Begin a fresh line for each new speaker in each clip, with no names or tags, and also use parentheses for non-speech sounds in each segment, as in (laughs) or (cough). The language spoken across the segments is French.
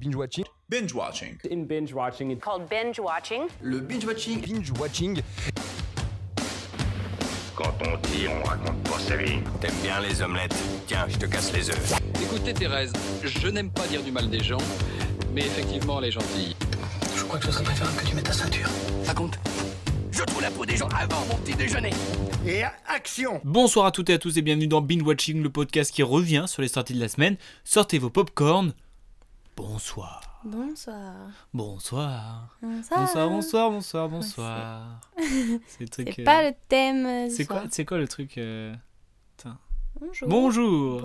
Binge watching.
Binge watching.
In binge watching, it's
called binge watching.
Le binge watching.
Binge watching.
Quand on dit, on raconte pas sa vie. T'aimes bien les omelettes Tiens, je te casse les œufs.
Écoutez Thérèse, je n'aime pas dire du mal des gens, mais effectivement elle est gentille.
Je crois que ce serait préférable que tu mettes ta ceinture.
Raconte. Je trouve la peau des gens avant mon petit déjeuner.
Et action
Bonsoir à toutes et à tous et bienvenue dans Binge Watching, le podcast qui revient sur les sorties de la semaine. Sortez vos popcorn. Bonsoir.
Bonsoir.
Bonsoir.
Bonsoir.
Bonsoir, bonsoir, bonsoir, bonsoir.
C'est euh... pas le thème.
C'est quoi, c'est quoi le truc euh...
Bonjour.
Bonjour.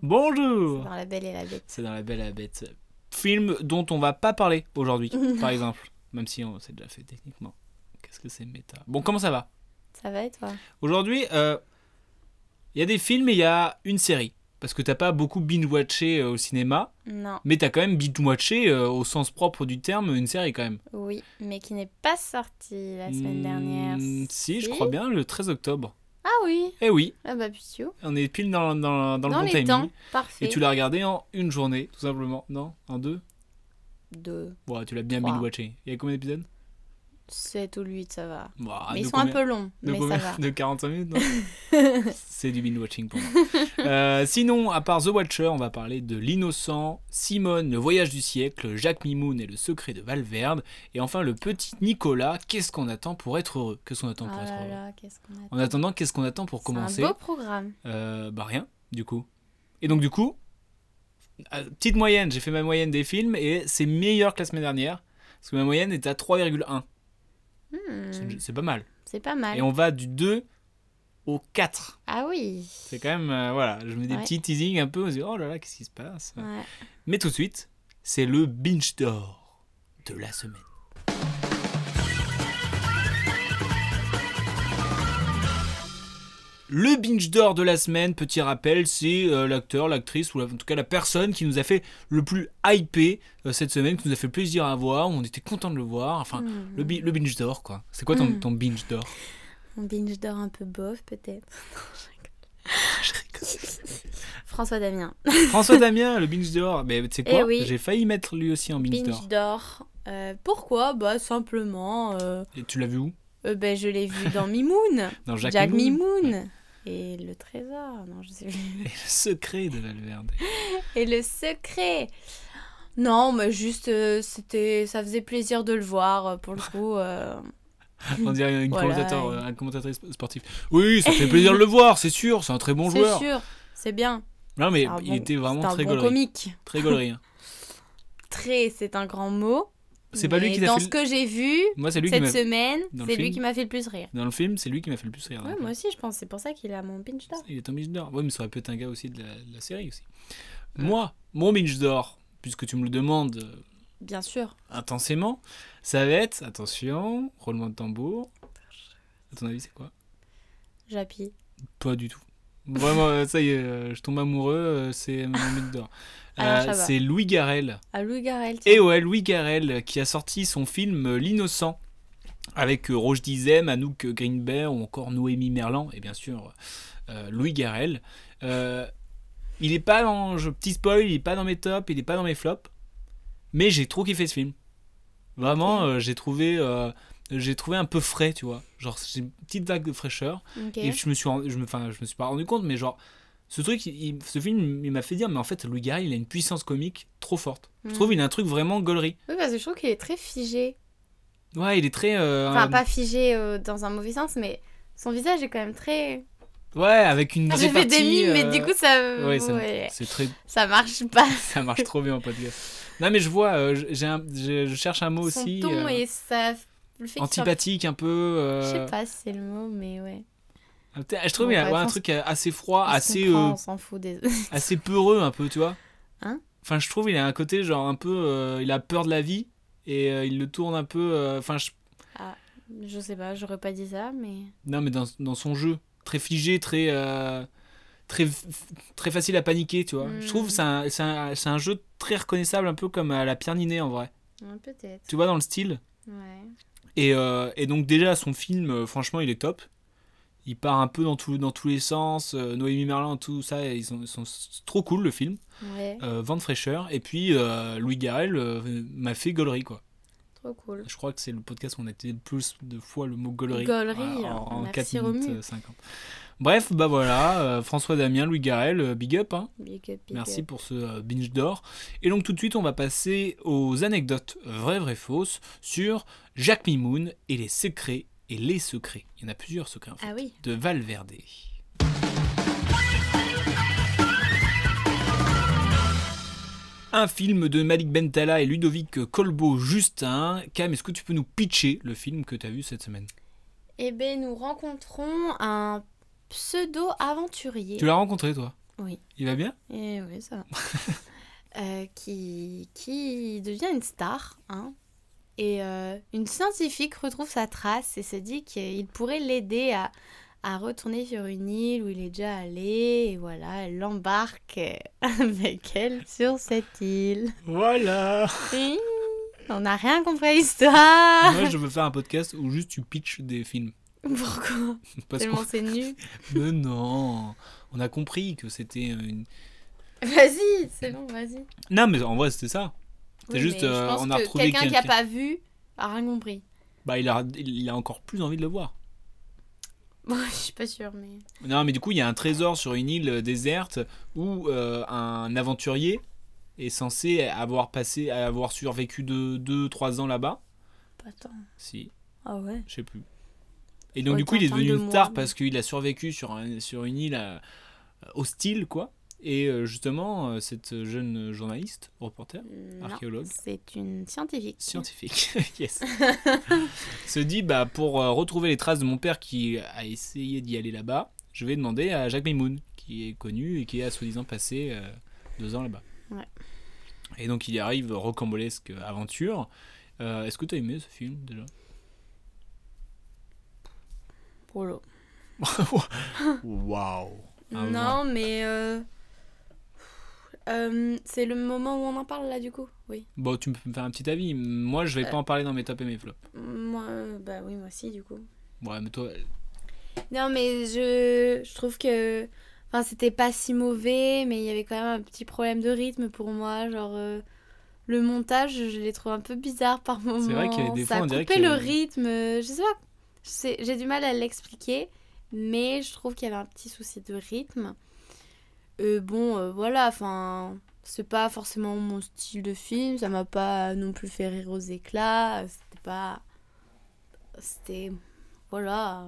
Bonjour.
Bonjour.
C'est dans La Belle et la Bête.
C'est dans La Belle et la Bête. euh, Film dont on va pas parler aujourd'hui,
(laughs)
par exemple. Même si on s'est déjà fait techniquement. Qu'est-ce que c'est méta Bon, comment ça va
Ça va et toi
Aujourd'hui, il euh, y a des films et il y a une série. Parce que t'as pas beaucoup binge-watché euh, au cinéma.
Non.
Mais t'as quand même binge-watché euh, au sens propre du terme une série quand même.
Oui, mais qui n'est pas sortie la semaine
Hmm.
mmh, dernière.
Si, si, je crois bien, le 13 octobre.
Ah oui
Eh oui
Ah bah pitié.
On est pile dans, dans, dans, dans le bon
les temps, parfait.
Et tu l'as regardé en une journée, tout simplement. Non En deux
Deux.
Bon, tu l'as bien binge-watché. Il y a combien d'épisodes
7 ou 8, ça va.
Bon,
mais ils sont combien... un peu longs,
Ah, de
mais
combien...
ça va.
De 45 minutes, non
(laughs)
C'est du binge-watching pour moi. euh, sinon, à part The Watcher, on va parler de L'Innocent, Simone, Le Voyage du siècle, Jacques Mimoun et Le Secret de Valverde, et enfin le petit Nicolas, Qu'est-ce qu'on attend pour être heureux Qu'est-ce qu'on attend pour
ah
être heureux
là, attend
En attendant, qu'est-ce qu'on attend pour commencer
un beau programme.
Euh, bah rien, du coup. Et donc du coup, euh, petite moyenne, j'ai fait ma moyenne des films, et c'est meilleur que la semaine dernière, parce que ma moyenne est à 3,1.
Hmm.
C'est pas mal.
C'est pas mal.
Et on va du 2 au 4.
Ah oui.
C'est quand même, euh, voilà, je mets des
ouais.
petits teasings un peu, on se dit, oh là là, qu'est-ce qui se passe
ouais.
Mais tout de suite, c'est le binge d'or de la semaine. Le binge d'or de la semaine, petit rappel, c'est euh, l'acteur, l'actrice, ou la, en tout cas la personne qui nous a fait le plus hyper euh, cette semaine, qui nous a fait plaisir à voir, on était content de le voir. Enfin,
Mmh.
Ah, le, bi- le binge d'or, quoi. C'est quoi ton,
Mm.
ton binge d'or
On binge d'or un peu bof, peut-être. (laughs)
(laughs) Je rigole.
François Damien.
François Damien, le binge d'or. Mais tu sais
Eh
quoi
oui.
J'ai failli mettre lui aussi en binge d'or.
Binge d'or. Euh, pourquoi Bah, simplement, euh,
Et tu l'as vu où
euh, ben, je l'ai vu
(laughs)
dans Mimoun.
Dans Jacques,
Jack
Mimoun.
Mimoun. Et le trésor. Non, je sais plus.
Et le secret de Valverde.
Et le secret. Non, mais juste, euh, c'était, ça faisait plaisir de le voir. euh,
Bah,
Pour le coup, euh,
On dirait une
Voilà,
commentateur,
et-
euh, un commentateur sp- sportif. Oui, ça fait plaisir de le voir, c'est sûr, c'est un très bon
c'est
joueur.
sûr, c'est bien.
Non, mais
Alors
il
bon,
était
c'est
vraiment
un
très
bon
gaulerie.
comique.
Très gaulerie, hein.
Très, c'est un grand mot.
C'est pas lui
mais
qui t'a
Dans
fait
ce
le-
que j'ai vu
Moi, c'est lui qui
cette
m'a.
semaine,
Dans le
c'est lui
film. Ah,
qui m'a fait le plus rire.
Dans le film, c'est lui qui m'a fait le plus rire.
Ouais,
donc,
moi aussi, je pense. C'est pour ça qu'il a mon pinch d'or.
Il est en binge d'or. Ouais, mais ça aurait pu être un gars aussi de la, de la série aussi. Moi, mon binge d'or, puisque tu me le demandes euh,
Bien sûr.
intensément, ça va être, attention, roulement de tambour. À ton avis, c'est quoi
J'appuie.
Pas du tout. Vraiment, euh, ça y est, euh, je tombe amoureux, euh, c'est mon binge d'or.
Alain
Euh,
Chabat.
c'est Louis Garrel.
À Louis Garrel. tiens.
Et ouais, Louis Garrel euh, qui a sorti son film euh, L'innocent avec euh, Roche Dizem, Anouk Greenberg ou encore Noémie Merlan et bien sûr euh, Louis Garrel. Euh, il est pas dans je, petit spoil, il est pas dans mes tops, il est pas dans mes flops, mais j'ai trop kiffé ce film. Vraiment, euh, j'ai trouvé euh, j'ai trouvé un peu frais, tu vois. Genre j'ai une petite vague de fraîcheur.
Ok.
Et je me suis rendu- je me, enfin, je me suis pas rendu compte, mais genre, ce truc, il- il- ce film, il m'a fait dire, mais en fait, Louis Garrel, il a une puissance comique trop forte. Je
Mm.
trouve, il a un truc vraiment gaulerie.
Oui, parce que je trouve qu'il est très figé.
Ouais, il est très. euh,
Enfin, pas figé euh, dans un mauvais sens, mais son visage est quand même très.
Ouais, avec une.
J'ai fait des
répartie,
mimes, mais
euh,
du coup, ça.
ouais, ça,
ouais,
(laughs) c'est très,
ça marche pas.
ça marche trop bien en
(laughs)
podcast. Non, mais je vois, euh, j'ai un- je, je cherche un mot
Son
aussi.
ton
euh,
et ça. Le fait qu'il soit-
antipathique un peu. euh,
Je sais pas si c'est le mot, mais ouais.
ah, peut-être- Je trouve
Bon,
il
bah,
a
bref,
ouais, un
on
truc euh, assez froid,
On se
assez,
comprend,
euh,
On s'en fout des. (laughs)
assez peureux un peu, tu vois.
Hein
Enfin, je trouve il a un côté genre un peu, euh, il a peur de la vie et euh, il le tourne un peu. euh, Enfin, je-
je sais pas, j'aurais pas dit ça, mais.
non mais dans, dans son jeu, très figé, très euh, très f- très facile à paniquer, tu vois. Je trouve
Mm.
c'est un, c'est un c'est un jeu très reconnaissable, un peu comme à la Pierre Ninet en vrai.
Ouais, Peut-être.
Tu vois dans le style.
Ouais.
Et, euh, et donc déjà son film, euh, franchement, il est top. Il part un peu dans, tout, dans tous les sens. euh, Noémie Merlin, tout ça, ils sont, ils sont- c'est trop cool le film.
Ouais,
Euh, vent de fraîcheur. Et puis euh, Louis Garrel euh, m'a fait gaulerie, quoi.
trop cool.
Je crois que c'est le podcast où on a été le plus de fois le mot gaulerie.
Gaulerie,
Voilà, en, en
merci
4 minutes
Romu.
euh, 50. Bref, bah voilà, euh, François Damien, Louis Garrel, euh, big up. hein.
Big up, big
Merci
up.
pour ce euh, binge d'or. Et donc tout de suite, on va passer aux anecdotes euh, vraies, vraies, fausses sur Jacques Mimoun et les secrets et les secrets. Il y en a plusieurs secrets hein, en fait,
Ah oui.
de Valverde. Un film de Malik Bentala et Ludovic Colbeau-Justin. Cam, est-ce que tu peux nous pitcher le film que tu as vu cette semaine
Eh ben, nous rencontrons un pseudo-aventurier.
Tu l'as rencontré toi
Oui.
Il va bien
Eh oui,
(laughs)
ça va. Euh, qui, qui devient une star, hein. Et euh, une scientifique retrouve sa trace et se dit qu'il pourrait l'aider à, à retourner sur une île où il est déjà allé. Et voilà, elle l'embarque euh, (laughs) avec elle sur cette île.
Voilà
Hum, On n'a rien compris à
(laughs)
l'histoire.
Moi je veux faire un podcast où juste tu pitches des films.
(laughs) Pourquoi
Parce qu'on
Tellement c'est nul.
Mais non, on a compris que c'était une.
(laughs) Vas-y, c'est bon, vas-y.
Non, mais en vrai, c'était ça. C'est
Oui,
juste,
mais je
euh,
pense
on a
que
retrouvé
quelqu'un qui n'a
quelqu'un.
pas vu a rien compris. (laughs)
Bah, il a, il a encore plus envie de le voir.
Bon, je suis pas sûre, mais.
Non, mais du coup, il y a un trésor sur une île euh, déserte où euh, un aventurier est censé avoir passé, avoir survécu 2-3 ans là-bas.
Attends.
Si,
Ah ouais
je sais plus. Et donc,
Ouais,
du coup, il est
t'entends
devenu
de
une
moi,
star
mais-
parce qu'il a survécu sur, un- sur une île euh, hostile, quoi. Et euh, justement, euh, cette jeune journaliste, reporter,
Non,
archéologue,
c'est une scientifique. (laughs)
scientifique, yes, (laughs) se dit bah pour euh, retrouver les traces de mon père qui a essayé d'y aller là-bas, je vais demander à Jacques Mimoun, qui est connu et qui a soi-disant passé euh, deux ans là-bas.
Ouais.
Et donc il y arrive rocambolesque aventure. Euh, Est-ce que tu as aimé ce film déjà
Pour l'eau.
Waouh Ah,
non, mais. euh, euh, c'est le moment où on en parle là, du coup Oui.
Bon, tu peux me faire un petit avis. Moi,
Euh.
je vais pas en parler dans mes top et mes flops.
Moi, euh, bah oui, moi aussi, du coup.
Ouais, mais toi,
Non, mais je, je trouve que. Enfin, c'était pas si mauvais, mais il y avait quand même un petit problème de rythme pour moi. Genre, euh, le montage, je l'ai trouvé un peu bizarre par moments.
vrai qu'il y avait des
Ça
fois, on dirait
coupait
qu'il y
le
avait-
rythme. euh, Je sais pas. Je sais- J'ai du mal à l'expliquer, mais je trouve qu'il y avait un petit souci de rythme. Euh, bon, euh, voilà, enfin. C'est pas forcément mon style de film, ça m'a pas non plus fait rire aux éclats, c'était pas. C'était. Voilà.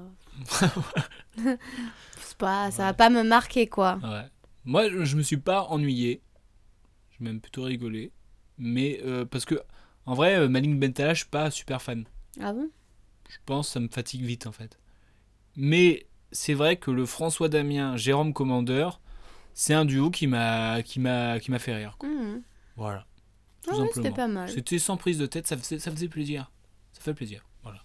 C'est pas, ça va pas me marquer quoi.
Ouais. Moi, je, je me suis pas ennuyé. J'ai même plutôt rigolé. Mais euh, parce que, en vrai, euh, Malik Bentala, je suis pas super fan.
Ah bon
Je pense que ça me fatigue vite, en fait. Mais c'est vrai que le François Damien, Jérôme Commandeur, c'est un duo qui m'a qui m'a qui m'a fait rire. quoi. Voilà. Tout
Ah ouais, Mmh. c'était
simplement.
pas mal.
C'était sans prise de tête, ça faisait, ça faisait plaisir. Ça fait plaisir. Voilà.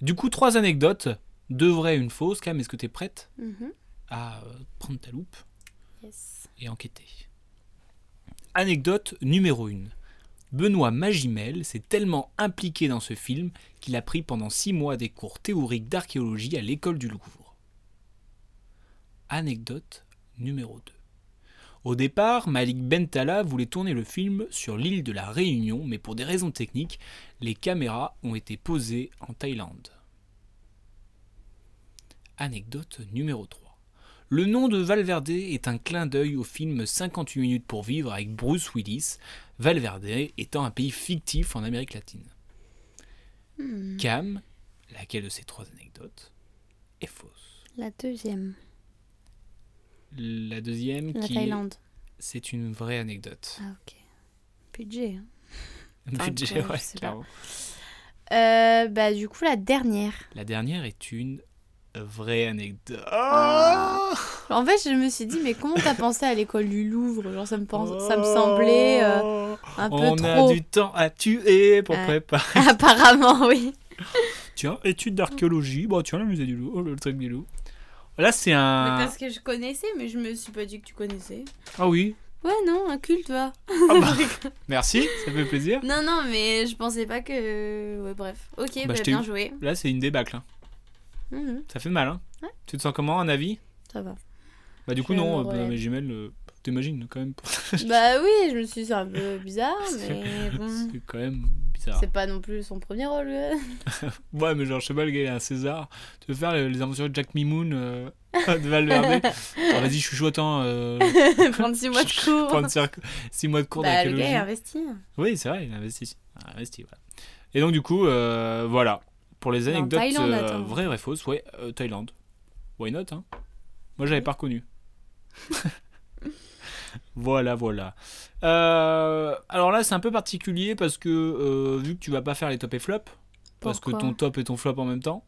Du coup, trois anecdotes, deux vraies, une fausse. Cam, est-ce que tu es prête
Mhm.
à euh, prendre ta loupe
Yes.
et enquêter. Anecdote numéro 1. Benoît Magimel s'est tellement impliqué dans ce film qu'il a pris pendant 6 mois des cours théoriques d'archéologie à l'école du Louvre. Anecdote numéro 2. Au départ, Malik Bentala voulait tourner le film sur l'île de la Réunion, mais pour des raisons techniques, les caméras ont été posées en Thaïlande. Anecdote numéro 3. Le nom de Valverde est un clin d'œil au film 58 minutes pour vivre avec Bruce Willis, Valverde étant un pays fictif en Amérique latine.
Hmm,
Cam, laquelle de ces trois anecdotes est fausse
La deuxième.
La deuxième,
La
qui
Thaïlande.
c'est une vraie anecdote.
Ah ok. Budget. hein.
(laughs) Mais
Enfin,
j'ai-
quoi, je
ouais,
sais pas.
clairement.
Euh, bah du coup la dernière.
La dernière est une vraie anecdote.
En fait Ah, je me suis dit mais comment t'as pensé à l'école du Louvre Genre ça me, pense, ça me semblait euh, un peu
Oh, On a
trop.
du temps à tuer pour
Ouais.
préparer.
Apparemment oui.
Tiens, études d'archéologie. Bon, tiens, le musée du loup. Oh, le truc du loup. Là, c'est un.
Mais parce que je connaissais mais je me suis pas dit que tu connaissais.
Ah
(laughs)
oui.
Ouais non un culte va.
Ah bah, merci, ça fait plaisir.
Non non mais je pensais pas que ouais bref. Ok
Bah,
bah,
je t'ai
bien
eu.
joué.
Là, c'est une débâcle. hein.
Mhm.
Ça fait mal. Hein. Tu te sens comment, un avis
ça va.
Bah, du coup,
Je
non,
me
euh, bah,
relève.
mes jumelles, euh, t'imagines quand même.
(laughs) bah oui, je me suis dit, c'est un peu
(laughs)
bizarre, mais bon.
C'est quand même bizarre.
Mm. C'est pas non plus son premier rôle. euh. (laughs)
Ouais, mais genre, je sais pas, le gars, il a un César. Tu veux faire les, les aventures de Jack Mimoun euh, (laughs) de
(laughs)
Valverde Ah, Vas-y, chouchoutant. Euh,
Prendre
(laughs)
six mois de cours.
prendre 6 mois de cours
Bah, le gars est
d'archéologie.
investi.
Oui, c'est vrai, il investit. Ah, investi, voilà. Et donc, du coup, euh, voilà. Pour les
en
anecdotes
Thaïlande,
euh,
attends.
vraies, vraies, fausses, ouais, euh, Thaïlande. Why not, hein Moi, j'avais pas
(laughs)
reconnu. voilà, voilà. Euh, alors là, c'est un peu particulier parce que, euh, vu que tu vas pas faire les top et flop, parce que
Pourquoi
ton top et ton flop en même temps,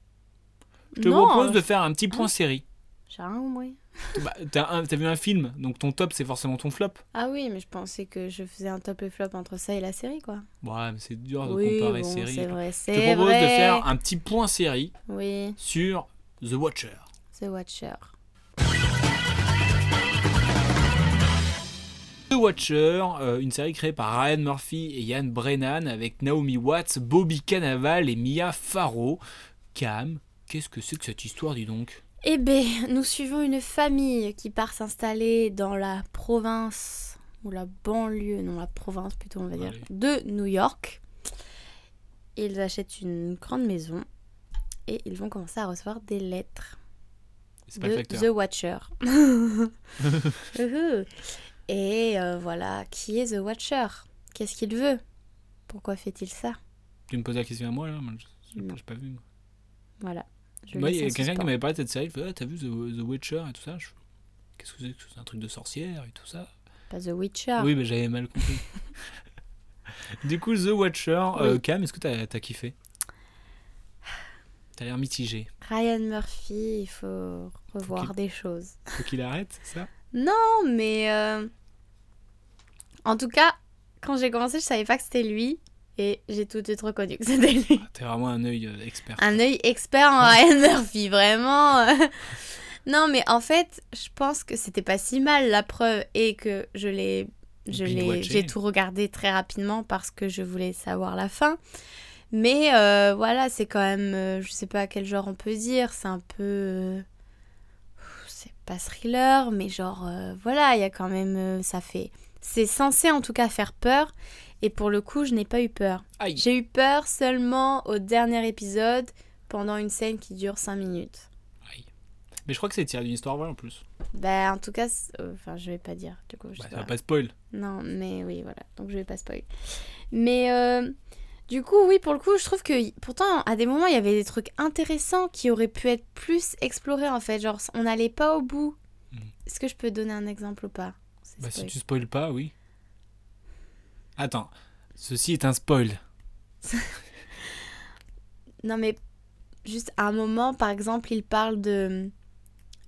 je te
non, euh, hein.
propose de faire un petit point série.
j'ai rien compris.
Bah, t'as un- t'as vu un film, donc ton top, c'est forcément ton flop.
Ah oui, mais je pensais que je faisais un top et flop entre ça et la série, quoi.
Ouais, mais c'est dur Oh, de
Oui,
comparer
bon,
série.
c'est vrai,
Je te
c'est
propose
vrai.
de faire un petit point série.
Oui,
sur The Watcher.
The Watcher.
The Watcher, euh, une série créée par Ryan Murphy et Ian Brennan avec Naomi Watts, Bobby Cannavale et Mia Farrow. Cam, qu'est-ce que c'est que cette histoire, dis donc
Eh ben, nous suivons une famille qui part s'installer dans la province, ou la banlieue, non, la province plutôt, on va dire,
Allez.
de New York. Ils achètent une grande maison et ils vont commencer à recevoir des lettres
C'est pas le
de
facteur.
The
(laughs)
Watcher. Uhou. et euh, voilà, qui est The Watcher Qu'est-ce qu'il veut Pourquoi fait-il ça
Tu me poses la question à moi, là Moi, Je je-
Non.
j'ai pas vu. moi.
Voilà. je
Moi,
laisse
il y a
en
quelqu'un qui
suspens.
m'avait parlé de cette série. Il fait, ah, t'as vu The, The Watcher et tout ça Je fais, Qu'est-ce que c'est que c'est un truc de sorcière et tout ça
Pas The Witcher.
Oui, mais j'avais mal
(laughs)
compris. du coup, The Watcher, euh, Cam, est-ce que t'as as kiffé T'as l'air mitigé.
Ryan Murphy, il faut revoir des choses.
Faut qu'il arrête, c'est ça
Non, mais euh, en tout cas, quand j'ai commencé, je savais pas que c'était lui et j'ai tout de suite reconnu que c'était lui.
T'as vraiment un œil euh, expert.
Un œil expert en Ryan (laughs) Murphy, vraiment. (laughs) non, mais en fait, je pense que c'était pas si mal la preuve et que je l'ai, je
Binge
l'ai,
watché.
j'ai tout regardé très rapidement parce que je voulais savoir la fin. Mais euh, voilà, c'est quand même, euh, je sais pas quel genre on peut dire, c'est un peu, euh, pff, c'est pas thriller, mais genre euh, voilà, il y a quand même, euh, ça fait, c'est censé en tout cas faire peur. Et pour le coup, je n'ai pas eu peur.
Aïe.
J'ai eu peur seulement au dernier épisode pendant une scène qui dure 5 minutes.
Mais je crois que c'est tiré d'une histoire vraie en plus.
Bah en tout cas, c'est- euh, enfin je vais pas dire du coup. je-
Bah, ça va
voilà.
pas spoil.
Non mais oui voilà, donc je vais pas spoiler. Mais euh, du coup oui pour le coup je trouve que y- pourtant à des moments il y avait des trucs intéressants qui auraient pu être plus explorés en fait, genre on n'allait pas au bout.
Mhm.
Est-ce que je peux donner un exemple ou pas C'est
Bah, si
spoil.
tu spoil pas, oui. Attends, ceci est un spoil.
Non, mais juste à un moment, par exemple, il parle de.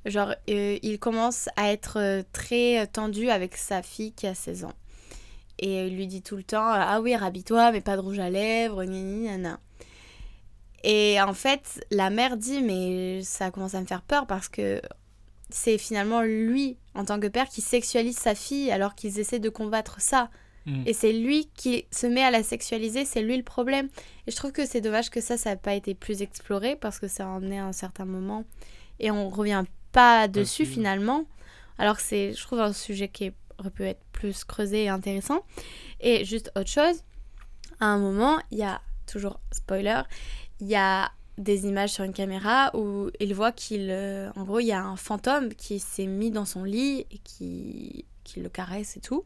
Genre, euh, il commence à être euh, très tendu avec sa fille qui a 16 ans. Et euh, il lui dit tout le temps euh, Ah oui, rhabille-toi, mais pas de rouge à lèvres, ni ni nana. Et en fait, la mère dit Mais ça commence à me faire peur parce que c'est finalement lui, en tant que père, qui sexualise sa fille alors qu'ils essaient de combattre ça.
Mm.
Et c'est lui qui se met à la sexualiser, c'est lui le problème. Et je trouve que c'est dommage que ça, ça n'a pas été plus exploré parce que ça en est à un certain moment et on revient pas dessus
dessus.
finalement. Alors que c'est, je trouve, un sujet qui est- aurait pu être plus creusé et intéressant. Et juste autre chose, à un moment, il y a, toujours spoiler, il y a des images sur une caméra où il voit qu'il. euh, en gros, il y a un fantôme qui s'est mis dans son lit et qui, qui le caresse et tout.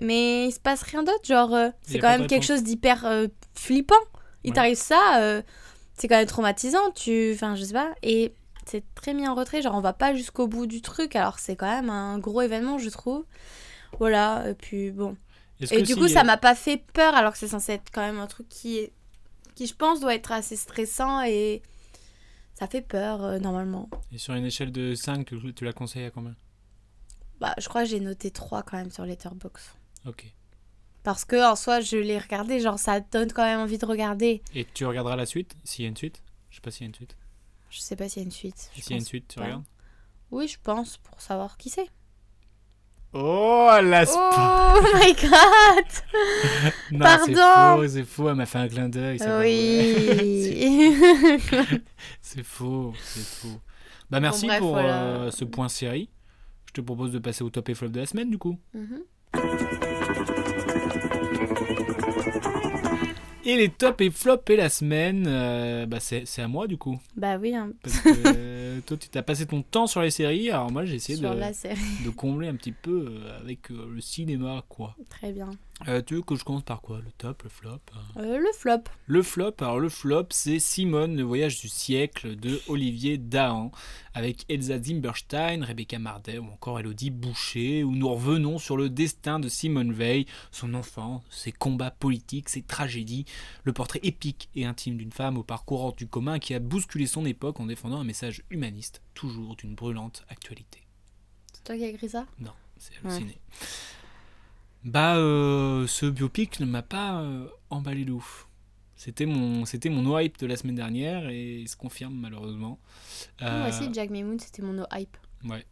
Mais il se passe rien d'autre, genre, euh,
y
c'est
a
quand
pas de
même quelque
réponse.
chose d'hyper euh, flippant. Il
Ouais.
t'arrive ça, euh, c'est quand même traumatisant, tu. Enfin, je sais pas. Et c'est très mis en retrait, genre, on va pas jusqu'au bout du truc, alors c'est quand même un gros événement, je trouve. Voilà, et puis bon.
Est-ce
Et
que
du
si,
coup, ça
euh,
m'a pas fait peur, alors que c'est censé être quand même un truc qui, est- qui je pense, doit être assez stressant et ça fait peur euh, normalement.
Et sur une échelle de 5, tu, tu la conseilles à combien
Bah, je crois que j'ai noté 3 quand même sur Letterboxd.
Ok.
Parce que en soi, je l'ai regardé, genre ça donne quand même envie de regarder.
Et tu regarderas la suite S'il y a une suite Je sais pas s'il y a une suite.
Je sais pas s'il y a une suite. je
S'il y a une
pense.
suite, tu
pas.
regardes
Oui, je pense, pour savoir qui c'est.
Oh la sp-
Oh my
(laughs)
god
Non,
pardon
C'est faux, c'est faux, elle m'a fait un clin d'œil. c'est pas vrai. (laughs)
Oui
C'est faux, c'est faux. Bah merci
bref,
pour
voilà.
euh, ce point série. Je te propose de passer au top et flop de la semaine du coup.
Mhm.
Et les top et flop et la semaine, euh, bah c'est c'est à moi du coup.
Bah oui, hein,
Parce
(laughs)
que euh, toi tu t'as passé ton temps sur les séries, alors moi j'ai essayé
sur
de,
la série.
de combler un petit peu euh, avec euh, le cinéma quoi.
Très bien.
Euh, tu veux que je commence par quoi Le top, le flop euh
Euh, le flop.
Le flop, alors le flop, c'est Simone, le voyage du siècle de Olivier Dahan, avec Elsa Zimberstein, Rebecca Mardet ou encore Elodie Boucher, où nous revenons sur le destin de Simone Veil, son enfant, ses combats politiques, ses tragédies, le portrait épique et intime d'une femme au parcours hors du commun qui a bousculé son époque en défendant un message humaniste, toujours d'une brûlante actualité.
C'est toi qui as écrit ça
Non, c'est
Ouais.
halluciné. Bah, euh, ce biopic ne m'a pas euh, emballé de ouf. C'était mon, c'était mon hype de la semaine dernière et il se confirme malheureusement.
Non, Moi
Euh,
aussi, Jack Maymoon, c'était mon no hype.
ouais.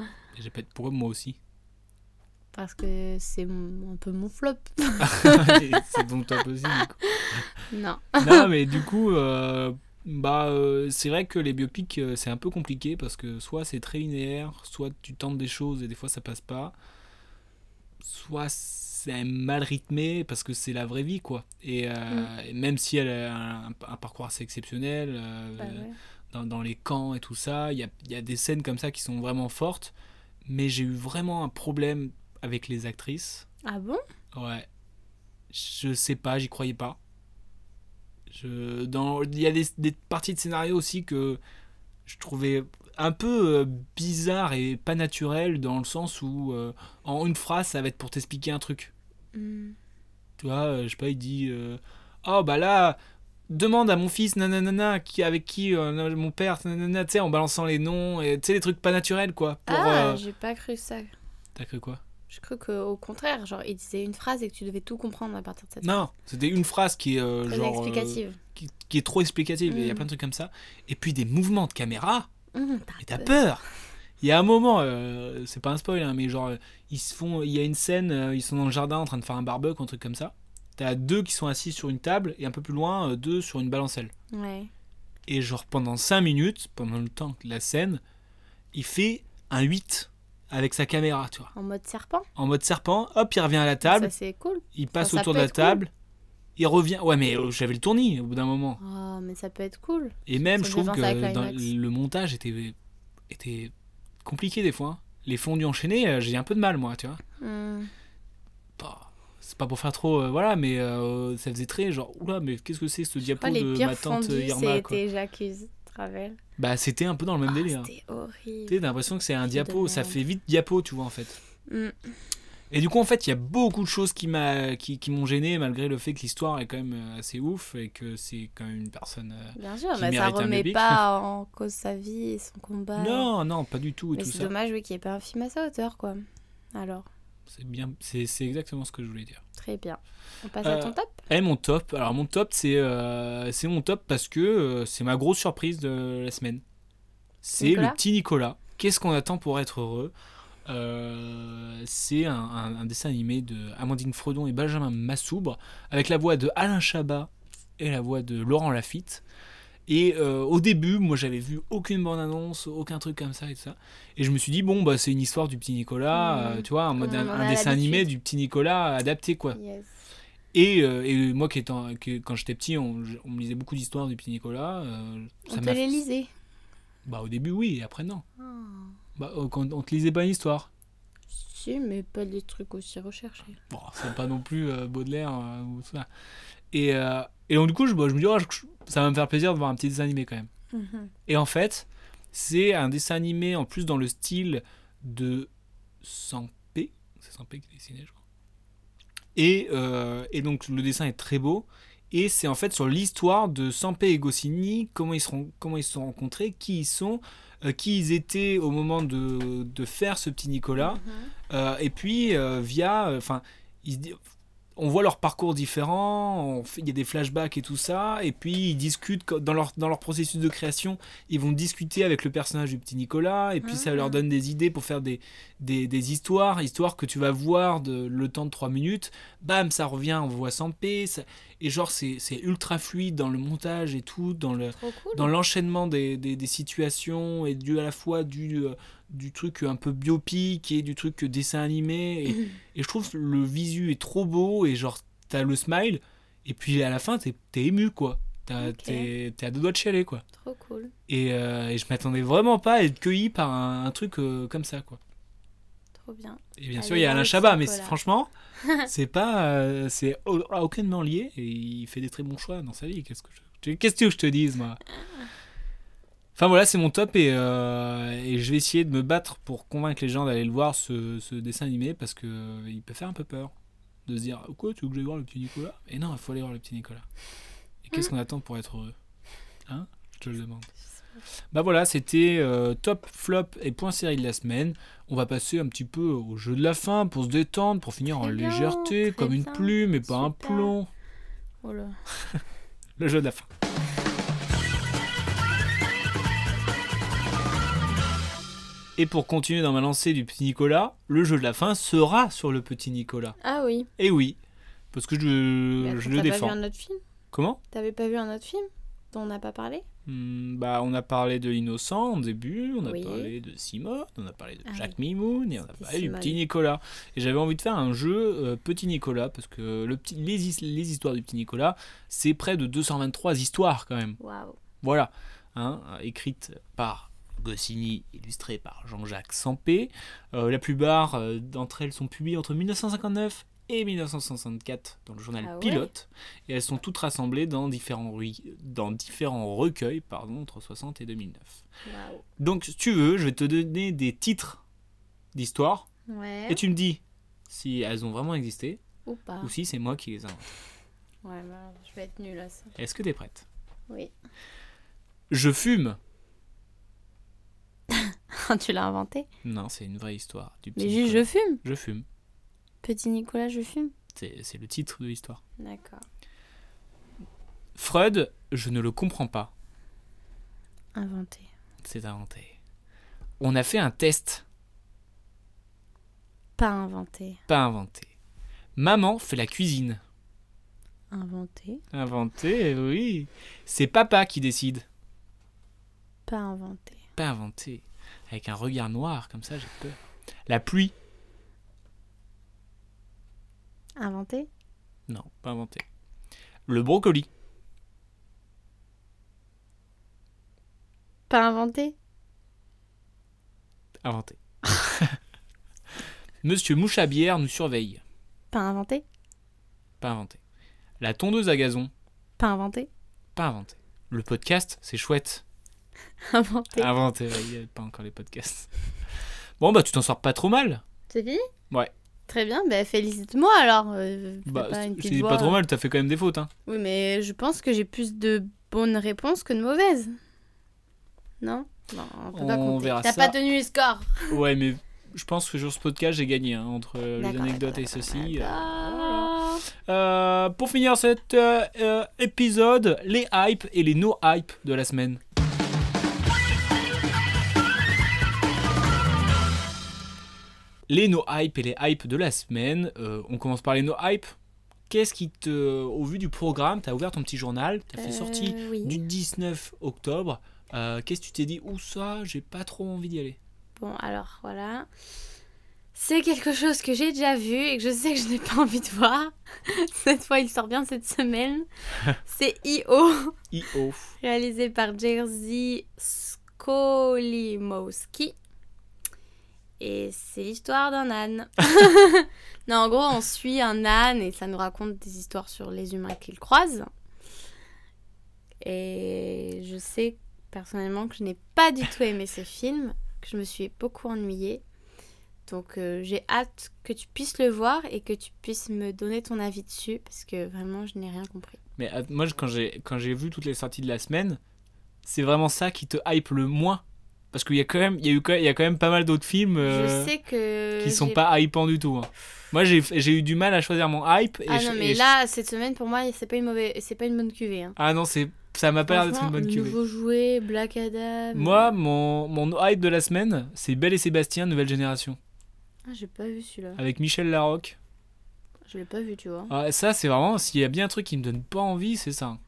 Et J'ai pas de pourquoi moi aussi. (laughs)
Parce que c'est mon- un peu mon flop.
Et c'est donc toi aussi. du coup.
(laughs) non.
Non, mais du coup, euh, bah, euh, c'est vrai que les biopics, euh, c'est un peu compliqué parce que soit c'est très linéaire, soit tu tentes des choses et des fois ça passe pas, soit c'est mal rythmé parce que c'est la vraie vie, quoi. Et, euh,
Mm.
et même si elle a un, un parcours assez exceptionnel, euh,
Bah ouais.
dans, dans les camps et tout ça. Il y a, il y a des scènes comme ça qui sont vraiment fortes, mais j'ai eu vraiment un problème avec les actrices.
Ah bon
Ouais. Je sais pas, j'y croyais pas. Je, dans, il y a des, des parties de scénario aussi que je trouvais un peu euh, bizarre et pas naturel dans le sens où euh, en une phrase ça va être pour t'expliquer un truc.
Hmm.
Tu vois, euh, je sais pas, il dit euh, Oh bah là, demande à mon fils, nananana, qui, avec qui euh, mon père, nanana, tu sais, en balançant les noms, et tu sais, les trucs pas naturels quoi. Pour,
Ah,
euh,
j'ai pas cru ça.
T'as cru quoi
Je cru qu'au contraire, genre, il disait une phrase et que tu devais tout comprendre à partir de cette
Non, c'était une phrase qui est euh,
phrase. Très
genre. euh,
explicative.
qui, qui est trop explicative, il y a
Mm.
plein de trucs comme ça. Et puis des mouvements de caméra, mais
Hum, t'as
Mmh, t'as
peur.
peur Il y a un moment, euh, c'est pas un spoil, hein, mais genre, euh, ils se font, il y a une scène, euh, ils sont dans le jardin en train de faire un barbecue, un truc comme ça. T'as deux qui sont assis sur une table et un peu plus loin, euh, deux sur une balancelle.
Ouais.
Et genre pendant 5 minutes, pendant le temps que la scène, il fait un 8 avec sa caméra, tu vois.
En mode serpent.
En mode serpent, hop, il revient à la table,
Ça, c'est cool.
il passe
ça
autour
peut
de la
être cool.
table, il revient. Ouais, mais euh, j'avais le tournis au bout d'un moment.
Oh, mais ça peut être cool.
Et même,
Ça
je trouve
devance
que
à la
dans-
climax.
le montage était, était compliqué des fois. hein. Les fondus enchaînés, euh, j'ai un peu de mal, moi, tu vois.
Hmm.
Bah, c'est pas pour faire trop, euh, voilà, mais euh, ça faisait très genre, oula, mais qu'est-ce que c'est ce diapo
Oh, les
de
pires
ma tante
fondus,
Irma, quoi.
c'était J'accuse. Travel.
Bah, c'était un peu dans le même
Ah,
délire.
c'était horrible.
T'sais, T'as l'impression que c'est un
Fille de
diapo, ça
merde.
fait vite diapo, tu vois, en fait.
Hmm.
Et du coup, en fait, il y a beaucoup de choses qui m'a- qui, qui m'ont gêné, malgré le fait que l'histoire est quand même euh, assez ouf et que c'est quand même une personne. euh,
Bien sûr,
Qui
mais ça
mérite un
remet
bébé. (laughs)
pas en cause sa vie et son combat.
Non, non, pas du tout et
mais
tout
c'est
ça.
dommage, oui, qu'il n'y ait pas un film à sa hauteur, quoi. Alors,
C'est bien, c'est c'est exactement ce que je voulais dire.
très bien. On passe
Euh,
à ton top
Et mon top, alors mon top, c'est euh, c'est mon top parce que euh, c'est ma grosse surprise de la semaine. C'est le
Nicolas
petit Nicolas. Qu'est-ce qu'on attend pour être heureux Euh, C'est un, un- un dessin animé de Amandine Fredon et Benjamin Massoubre avec la voix de Alain Chabat et la voix de Laurent Lafitte. Et euh, au début, moi j'avais vu aucune bande-annonce, aucun truc comme ça et tout ça. Et je me suis dit, bon, bah, c'est une histoire du petit Nicolas,
Mhm.
euh, tu vois, en mode
On
un,
en
un
a
dessin animé
l'habitude.
du petit Nicolas adapté quoi.
Yes.
Et, euh, et moi, qui étant, que- quand j'étais petit, on, je- on me lisait beaucoup d'histoires du petit Nicolas. euh,
On te
m'a-
les lisait.
Bah, au début, oui, et après, non.
Ah.
Bah, euh, quand on te lisait pas une histoire.
Si, mais pas des trucs aussi recherchés.
Bon, c'est pas non plus euh, Baudelaire euh, ou tout ça. Et, euh, et donc, du coup, je, bah, je me dis, oh, je- ça va me faire plaisir de voir un petit dessin animé quand même. Et en fait, c'est un dessin animé en plus dans le style de Sampé. C'est Sampé qui dessinait, je crois. Et, euh, et donc le dessin est très beau. Et c'est en fait sur l'histoire de Sampé et Goscinny, comment ils, se ren- comment ils se sont rencontrés, qui ils sont, euh, qui ils étaient au moment de, de faire ce petit Nicolas.
Mhm.
Euh, et puis, euh, via. Enfin, on voit leurs parcours différents, on fait- il y a des flashbacks et tout ça. Et puis, ils discutent co- dans leur, dans leur processus de création. Ils vont discuter avec le personnage du petit Nicolas. Et puis, ça
Ah.
leur donne des idées pour faire des, des, des histoires. Histoires que tu vas voir de, le temps de 3 minutes. Bam, ça revient, on voit sans paix. ça- Et genre, c'est c'est ultra fluide dans le montage et tout, dans le,
Trop cool. hein.
dans l'enchaînement des, des- des situations et du à la fois du, euh, du truc un peu biopic et du truc dessin
(coughs)
animé. Et, et je trouve le visu est trop beau et genre t'as le smile et puis à la fin t'es t'es ému quoi. T'as-
Ok.
T'es t'es à deux doigts de chialer quoi.
Trop cool.
Et, euh, et je m'attendais vraiment pas à être cueilli par un, un truc euh, comme ça quoi.
Trop bien.
Et bien
Allez
sûr il y a
voir
Alain
le
Chabat
petit
mais c'est-
Nicolas.
franchement c'est pas euh, c'est au- à aucunement lié et il fait des très bons choix dans sa vie. Qu'est-ce que je tu- qu'est-ce que tu veux que je te dise moi Enfin voilà, c'est mon top et, euh, et je vais essayer de me battre pour convaincre les gens d'aller le voir ce, ce dessin animé parce que euh, il peut faire un peu peur de se dire quoi tu veux que j'aille voir le petit Nicolas Et non, il faut aller voir le petit Nicolas. Et
Hein
qu'est-ce qu'on attend pour être heureux Hein Je te le demande. Bah voilà, c'était euh, top flop et point série de la semaine. On va passer un petit peu au jeu de la fin pour se détendre, pour finir en
Très bien,
légèreté,
très
comme une
bien,
plume et pas un
super.
plomb.
Oh là.
Le jeu de la fin. Et pour continuer dans ma lancée du petit Nicolas, le jeu de la fin sera sur le petit Nicolas.
Ah oui.
Et oui, parce que
Mais
je,
attends,
Euh, je
t'as
le
pas vu
défends.
un autre film
Comment
T'avais pas vu un autre film dont on n'a pas parlé
Hmm, bah, On a parlé de l'innocent au début, on a
Oui.
parlé de Simone, on a parlé de
Ah
Jacques Mimoun, et on a
C'était
parlé du
Simone.
petit Nicolas. Et j'avais envie de faire un jeu euh, petit Nicolas, parce que le petit, les, his- les histoires du petit Nicolas, c'est près de 223 histoires quand même.
Waouh.
Voilà, hein, euh, écrite par Goscinny, illustrée par Jean-Jacques Sampé. Euh, la plupart euh, d'entre elles sont publiées entre 1959 et 1964 dans le journal
Ah ouais
Pilote, et elles sont toutes rassemblées dans différents, ru- dans différents recueils pardon, entre 60 et 2009.
Waouh.
Donc, si tu veux, je vais te donner des titres d'histoire,
Ouais. Ah.
et tu me dis si elles ont vraiment existé,
Ou pas.
ou si c'est moi qui les invente.
Ouais, bah, je vais être nulle à (laughs) ça.
Est-ce que t'es prête
Oui.
Je fume
Ah, tu l'as inventé.
Non, c'est une vraie histoire. Du petit
Mais juste,
Nicolas.
je fume.
je fume.
Petit Nicolas, je fume.
C'est c'est le titre de l'histoire.
D'accord.
Freud, je ne le comprends pas.
Inventé.
C'est inventé. On a fait un test,
Pas inventé.
pas inventé. Maman fait la cuisine.
Inventé.
Inventé, oui. C'est papa qui décide.
Pas inventé.
Pas inventé. Avec un regard noir, comme ça j'ai peur. La pluie.
Inventé.
Non, pas inventé. Le brocoli.
Pas inventé.
Inventé. (laughs) Monsieur Mouchabière nous surveille.
Pas inventé.
Pas inventé. La tondeuse à gazon.
Pas inventé. (laughs)
Pas inventé. Le podcast, c'est chouette.
Inventé.
Inventé, ouais, il n'y avait pas encore les podcasts. Bon, bah, tu t'en sors pas trop mal.
C'est fini
Ouais.
Très bien, bah félicite-moi alors. euh, fais
Bah,
pas une
je
petite
dis
voix. euh.
pas trop mal, t'as fait quand même des fautes. Hein.
Oui, mais je pense que j'ai plus de bonnes réponses que de mauvaises. Non Non, on peut pas
On
compter.
verra
T'as
ça.
pas tenu les scores.
Ouais, mais je pense que sur ce podcast, j'ai gagné hein, entre euh, les
D'accord,
anecdotes et
d'accord, d'accord,
ceci. euh, voilà.
d'accord.
Euh, pour finir cet euh, euh, épisode, les hypes et les no-hype de la semaine. Les no-hype et les hype de la semaine. Euh, on commence par les no-hype. Qu'est-ce qui te. Au vu du programme, t'as ouvert ton petit journal, t'as fait sortie
Euh, oui.
du 19 octobre. Euh, Qu'est-ce que tu t'es dit Où ça J'ai pas trop envie d'y aller.
Bon, alors voilà. C'est quelque chose que j'ai déjà vu et que je sais que je n'ai pas envie de voir. (laughs) Cette fois, il sort bien cette
(laughs)
semaine. C'est I.O.
I.O.
réalisé par Jerzy Skolimowski. Et c'est l'histoire d'un
(laughs)
âne. non, en gros, on suit un âne et ça nous raconte des histoires sur les humains qu'il croise. Et je sais personnellement que je n'ai pas du tout aimé ce film, que je me suis beaucoup ennuyée. Donc euh, j'ai hâte que tu puisses le voir et que tu puisses me donner ton avis dessus parce que vraiment je n'ai rien compris.
Mais euh, moi, je- quand j'ai quand j'ai vu toutes les sorties de la semaine, c'est vraiment ça qui te hype le moins. Parce qu'il y a quand même, il y a eu, quand- il y a quand même pas mal d'autres films euh,
je sais que
qui sont
j'ai
pas hypants du tout. hein. Moi, j'ai j'ai eu du mal à choisir mon hype. Et
Ah
je-
non,
et
mais
je-
là, cette semaine, pour moi, c'est pas une mauvaise, c'est pas une bonne cuvée. Hein.
ah non, c'est, ça m'a pas l'air d'être une
Franchement,
bonne cuvée.
Nouveau jouet, Black Adam.
Moi, mon, mon hype de la semaine, c'est Belle et Sébastien, Nouvelle Génération,
Ah, j'ai pas vu celui-là.
avec Michel Larocque.
Je l'ai pas vu, tu vois.
Ah, ça, c'est vraiment, s'il y a bien un truc qui me donne pas envie, c'est ça.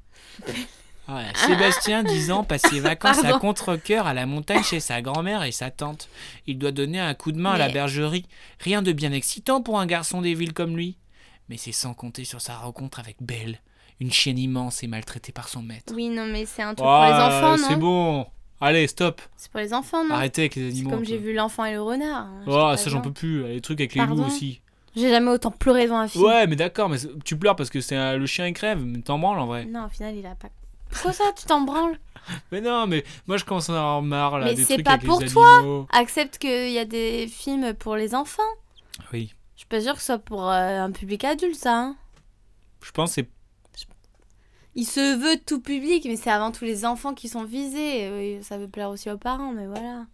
Ouais, Sébastien, 10 ans, passe
(laughs)
ses vacances à
Pardon.
contre-coeur à la montagne chez sa grand-mère et sa tante. Il doit donner un coup de main à la
Mais-
bergerie. Rien de bien excitant pour un garçon des villes comme lui. Mais c'est sans compter sur sa rencontre avec Belle, une chienne immense et maltraitée par son maître.
Oui, non, mais c'est un truc pour les
Ah,
enfants,
c'est
non
bon. Allez, stop.
C'est pour les enfants, non
Arrêtez avec les
C'est
animaux. un
comme j'ai
peu.
vu l'enfant et le renard. hein, je sais
Oh,
pas
ça, j'en
bien.
peux plus. Les trucs avec les
Pardon
loups aussi.
J'ai jamais autant pleuré devant un film.
Ouais, mais d'accord, mais c'est- tu pleures parce que c'est un- le chien il crève, mais t'en branles en vrai.
Non, au final, il a pas. Pourquoi ça Tu t'en branles
Mais non, mais moi je commence à en avoir marre là.
Mais
des
c'est
trucs
pas
avec les
pour
animaux.
Accepte qu'il y a des films pour les enfants.
Oui,
Je suis pas sûre que ce soit pour euh, un public adulte, ça. hein.
je pense que c'est.
Il se veut tout public, mais c'est avant tout les enfants qui sont visés. Oui, ça veut plaire aussi aux parents, mais voilà.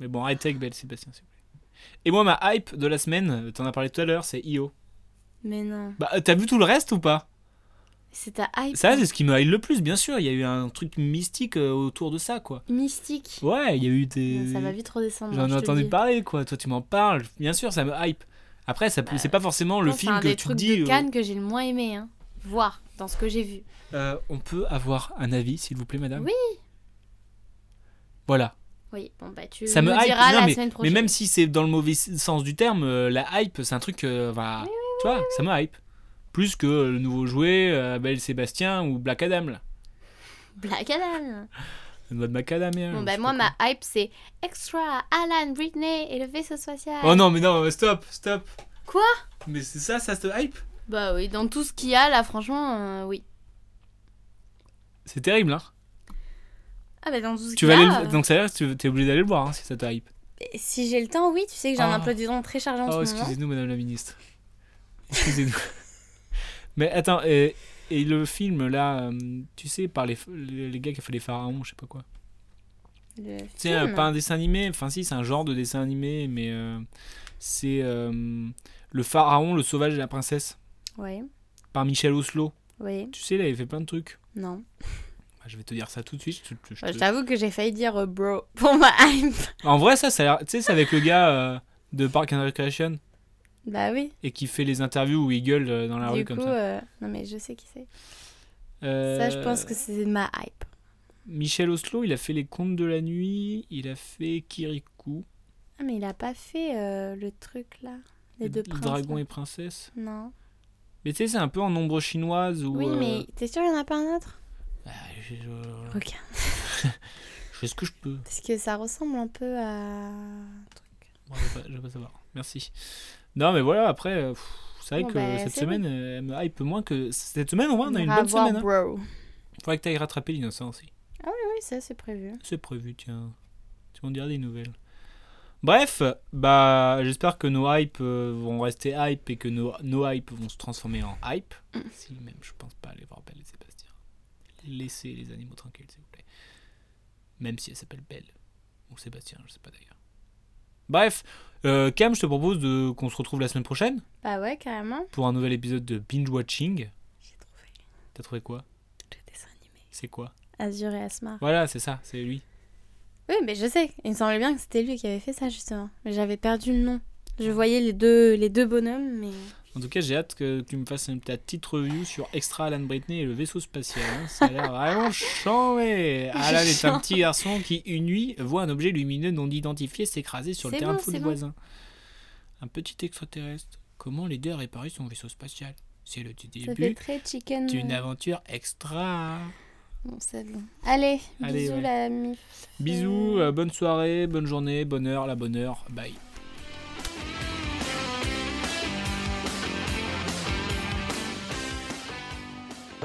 Mais bon, arrêtez avec Belle, Sébastien, s'il vous plaît. Et moi, ma hype de la semaine, euh, t'en as parlé tout à l'heure, c'est IO.
Mais non.
Bah, euh, t'as vu tout le reste ou pas
C'est ta hype
Ça, c'est ce qui me hype le plus, bien sûr. Il y a eu un truc mystique euh, autour de ça, quoi.
mystique.
Ouais, il y a eu des.
Ça va vite redescendre. hein,
J'en
je
ai
te le
entendu
dis.
parler, quoi. Toi, tu m'en parles. Bien sûr, ça me hype. Après, ça, c'est pas forcément le
Putain,
film
Bah, c'est un
que tu
des
te
trucs
dis.
de
euh,
Cannes que j'ai le moins aimé, hein. Voir dans ce que j'ai vu.
Euh, on peut avoir un avis, s'il vous plaît, madame
Oui.
Voilà.
Oui, bon bah tu
Ça me,
me,
hype.
diras
Non,
la
mais,
semaine
mais
prochaine.
même si c'est dans le mauvais sens du terme, euh, la hype, c'est un truc euh, va. tu vois, ça me hype. Plus que le nouveau jouet, euh, Belle Sébastien ou Black Adam, là.
Black Adam.
Le mode Macadam. hein,
Bon
je
bah
sais
moi
pas quoi.
ma hype c'est Extra, Alan, Britney et le vaisseau social.
Oh non, mais non, euh, stop, stop.
Quoi
Mais c'est ça, ça te hype
Bah oui, dans tout ce qu'il y a là, franchement, euh, oui.
C'est terrible, hein.
Ah bah dans tout ce
Tu
qu'il y
vas
a.
aller le-
euh,
Donc, ça veut dire que tu- t'es obligé d'aller le voir, hein, si ça te hype.
et Si j'ai le temps, oui, tu sais que j'ai un
Ah.
emploi du temps très chargé en
Oh,
ce moment.
excusez-nous, madame la ministre. Excusez-nous. (laughs) Mais attends, et, et le film là, euh, tu sais, par les, f- les les gars qui ont fait les pharaons, je sais pas quoi.
Le film.
C'est euh, pas un dessin animé, enfin si, c'est un genre de dessin animé, mais euh, c'est euh, Le pharaon, le sauvage et la princesse,
Oui,
par Michel Oslo.
oui,
Tu sais, il avait fait plein de trucs.
non.
Bah, Je vais te dire ça tout de suite. je te- je
Bah,
te-
je t'avoue que j'ai failli dire euh, bro (laughs) pour ma hype.
En vrai, ça, ça a l'air- tu sais, c'est avec le gars euh, de Park and Recreation
Bah oui.
et qui fait les interviews où il gueule euh, dans la rue
du coup,
comme ça.
euh, non mais je sais qui c'est. Ça, je
Euh,
pense que c'est ma hype.
Michel Oslo, il a fait Les Contes de la Nuit, il a fait Kirikou,
Ah mais il a pas fait euh, le truc là, les
Le
deux princes.
Dragon
là.
et Princesse.
Non.
Mais tu sais, c'est un peu en ombre chinoise ou.
Oui,
euh,
mais t'es sûr qu'il n'y en a pas un autre
ah, je, je-
Ok.
(laughs) je fais ce que je peux.
Parce que ça ressemble un peu à.
Bon, je, vais pas, je vais pas savoir. Merci. Non, mais voilà, après, euh, pff, c'est vrai
Bon,
que
bah,
cette
c'est
semaine, euh, elle me hype moins que. Cette semaine, au moins, on a une
ira
bonne
voir
semaine. hein.
Bro.
Faudrait que t'ailles rattraper l'innocent aussi.
Oui, ça c'est prévu.
C'est prévu, tiens. Tu m'en diras des nouvelles. Bref, bah j'espère que nos hype euh, vont rester hype et que nos, nos hype vont se transformer en hype. Si même je pense pas aller voir Belle et Sébastien. Laissez les animaux tranquilles, s'il vous plaît. Même si elle s'appelle Belle. Ou Sébastien, je sais pas d'ailleurs. Bref, euh, Cam, je te propose de qu'on se retrouve la semaine prochaine
Bah ouais, carrément.
pour un nouvel épisode de Binge Watching.
J'ai trouvé
T'as trouvé quoi
le dessin animé.
C'est quoi
Azur et Asmar.
Voilà, c'est ça, c'est lui.
Oui, mais je sais. Il me semblait bien que c'était lui qui avait fait ça justement. Mais j'avais perdu le nom. Je voyais les deux, les deux bonhommes, mais.
En tout cas, j'ai hâte que tu me fasses une, ta petite review sur Extra Alan Britney et le vaisseau spatial. hein. Ça a l'air vraiment
(laughs)
Ah chambé. Alan est un petit garçon qui, une nuit, voit un objet lumineux non identifié s'écraser sur le
C'est
terrain
bon,
de foot
c'est bon.
voisin. Un petit extraterrestre. Comment l'aider à réparer son vaisseau spatial C'est le tout
Ça fait
début
très chicken.
d'une aventure extra.
Bon, c'est bon. Allez,
Allez,
bisous
ouais.
la mif.
Bisous, euh, bonne soirée, bonne journée, bonne heure, la bonne heure. Bye.
Je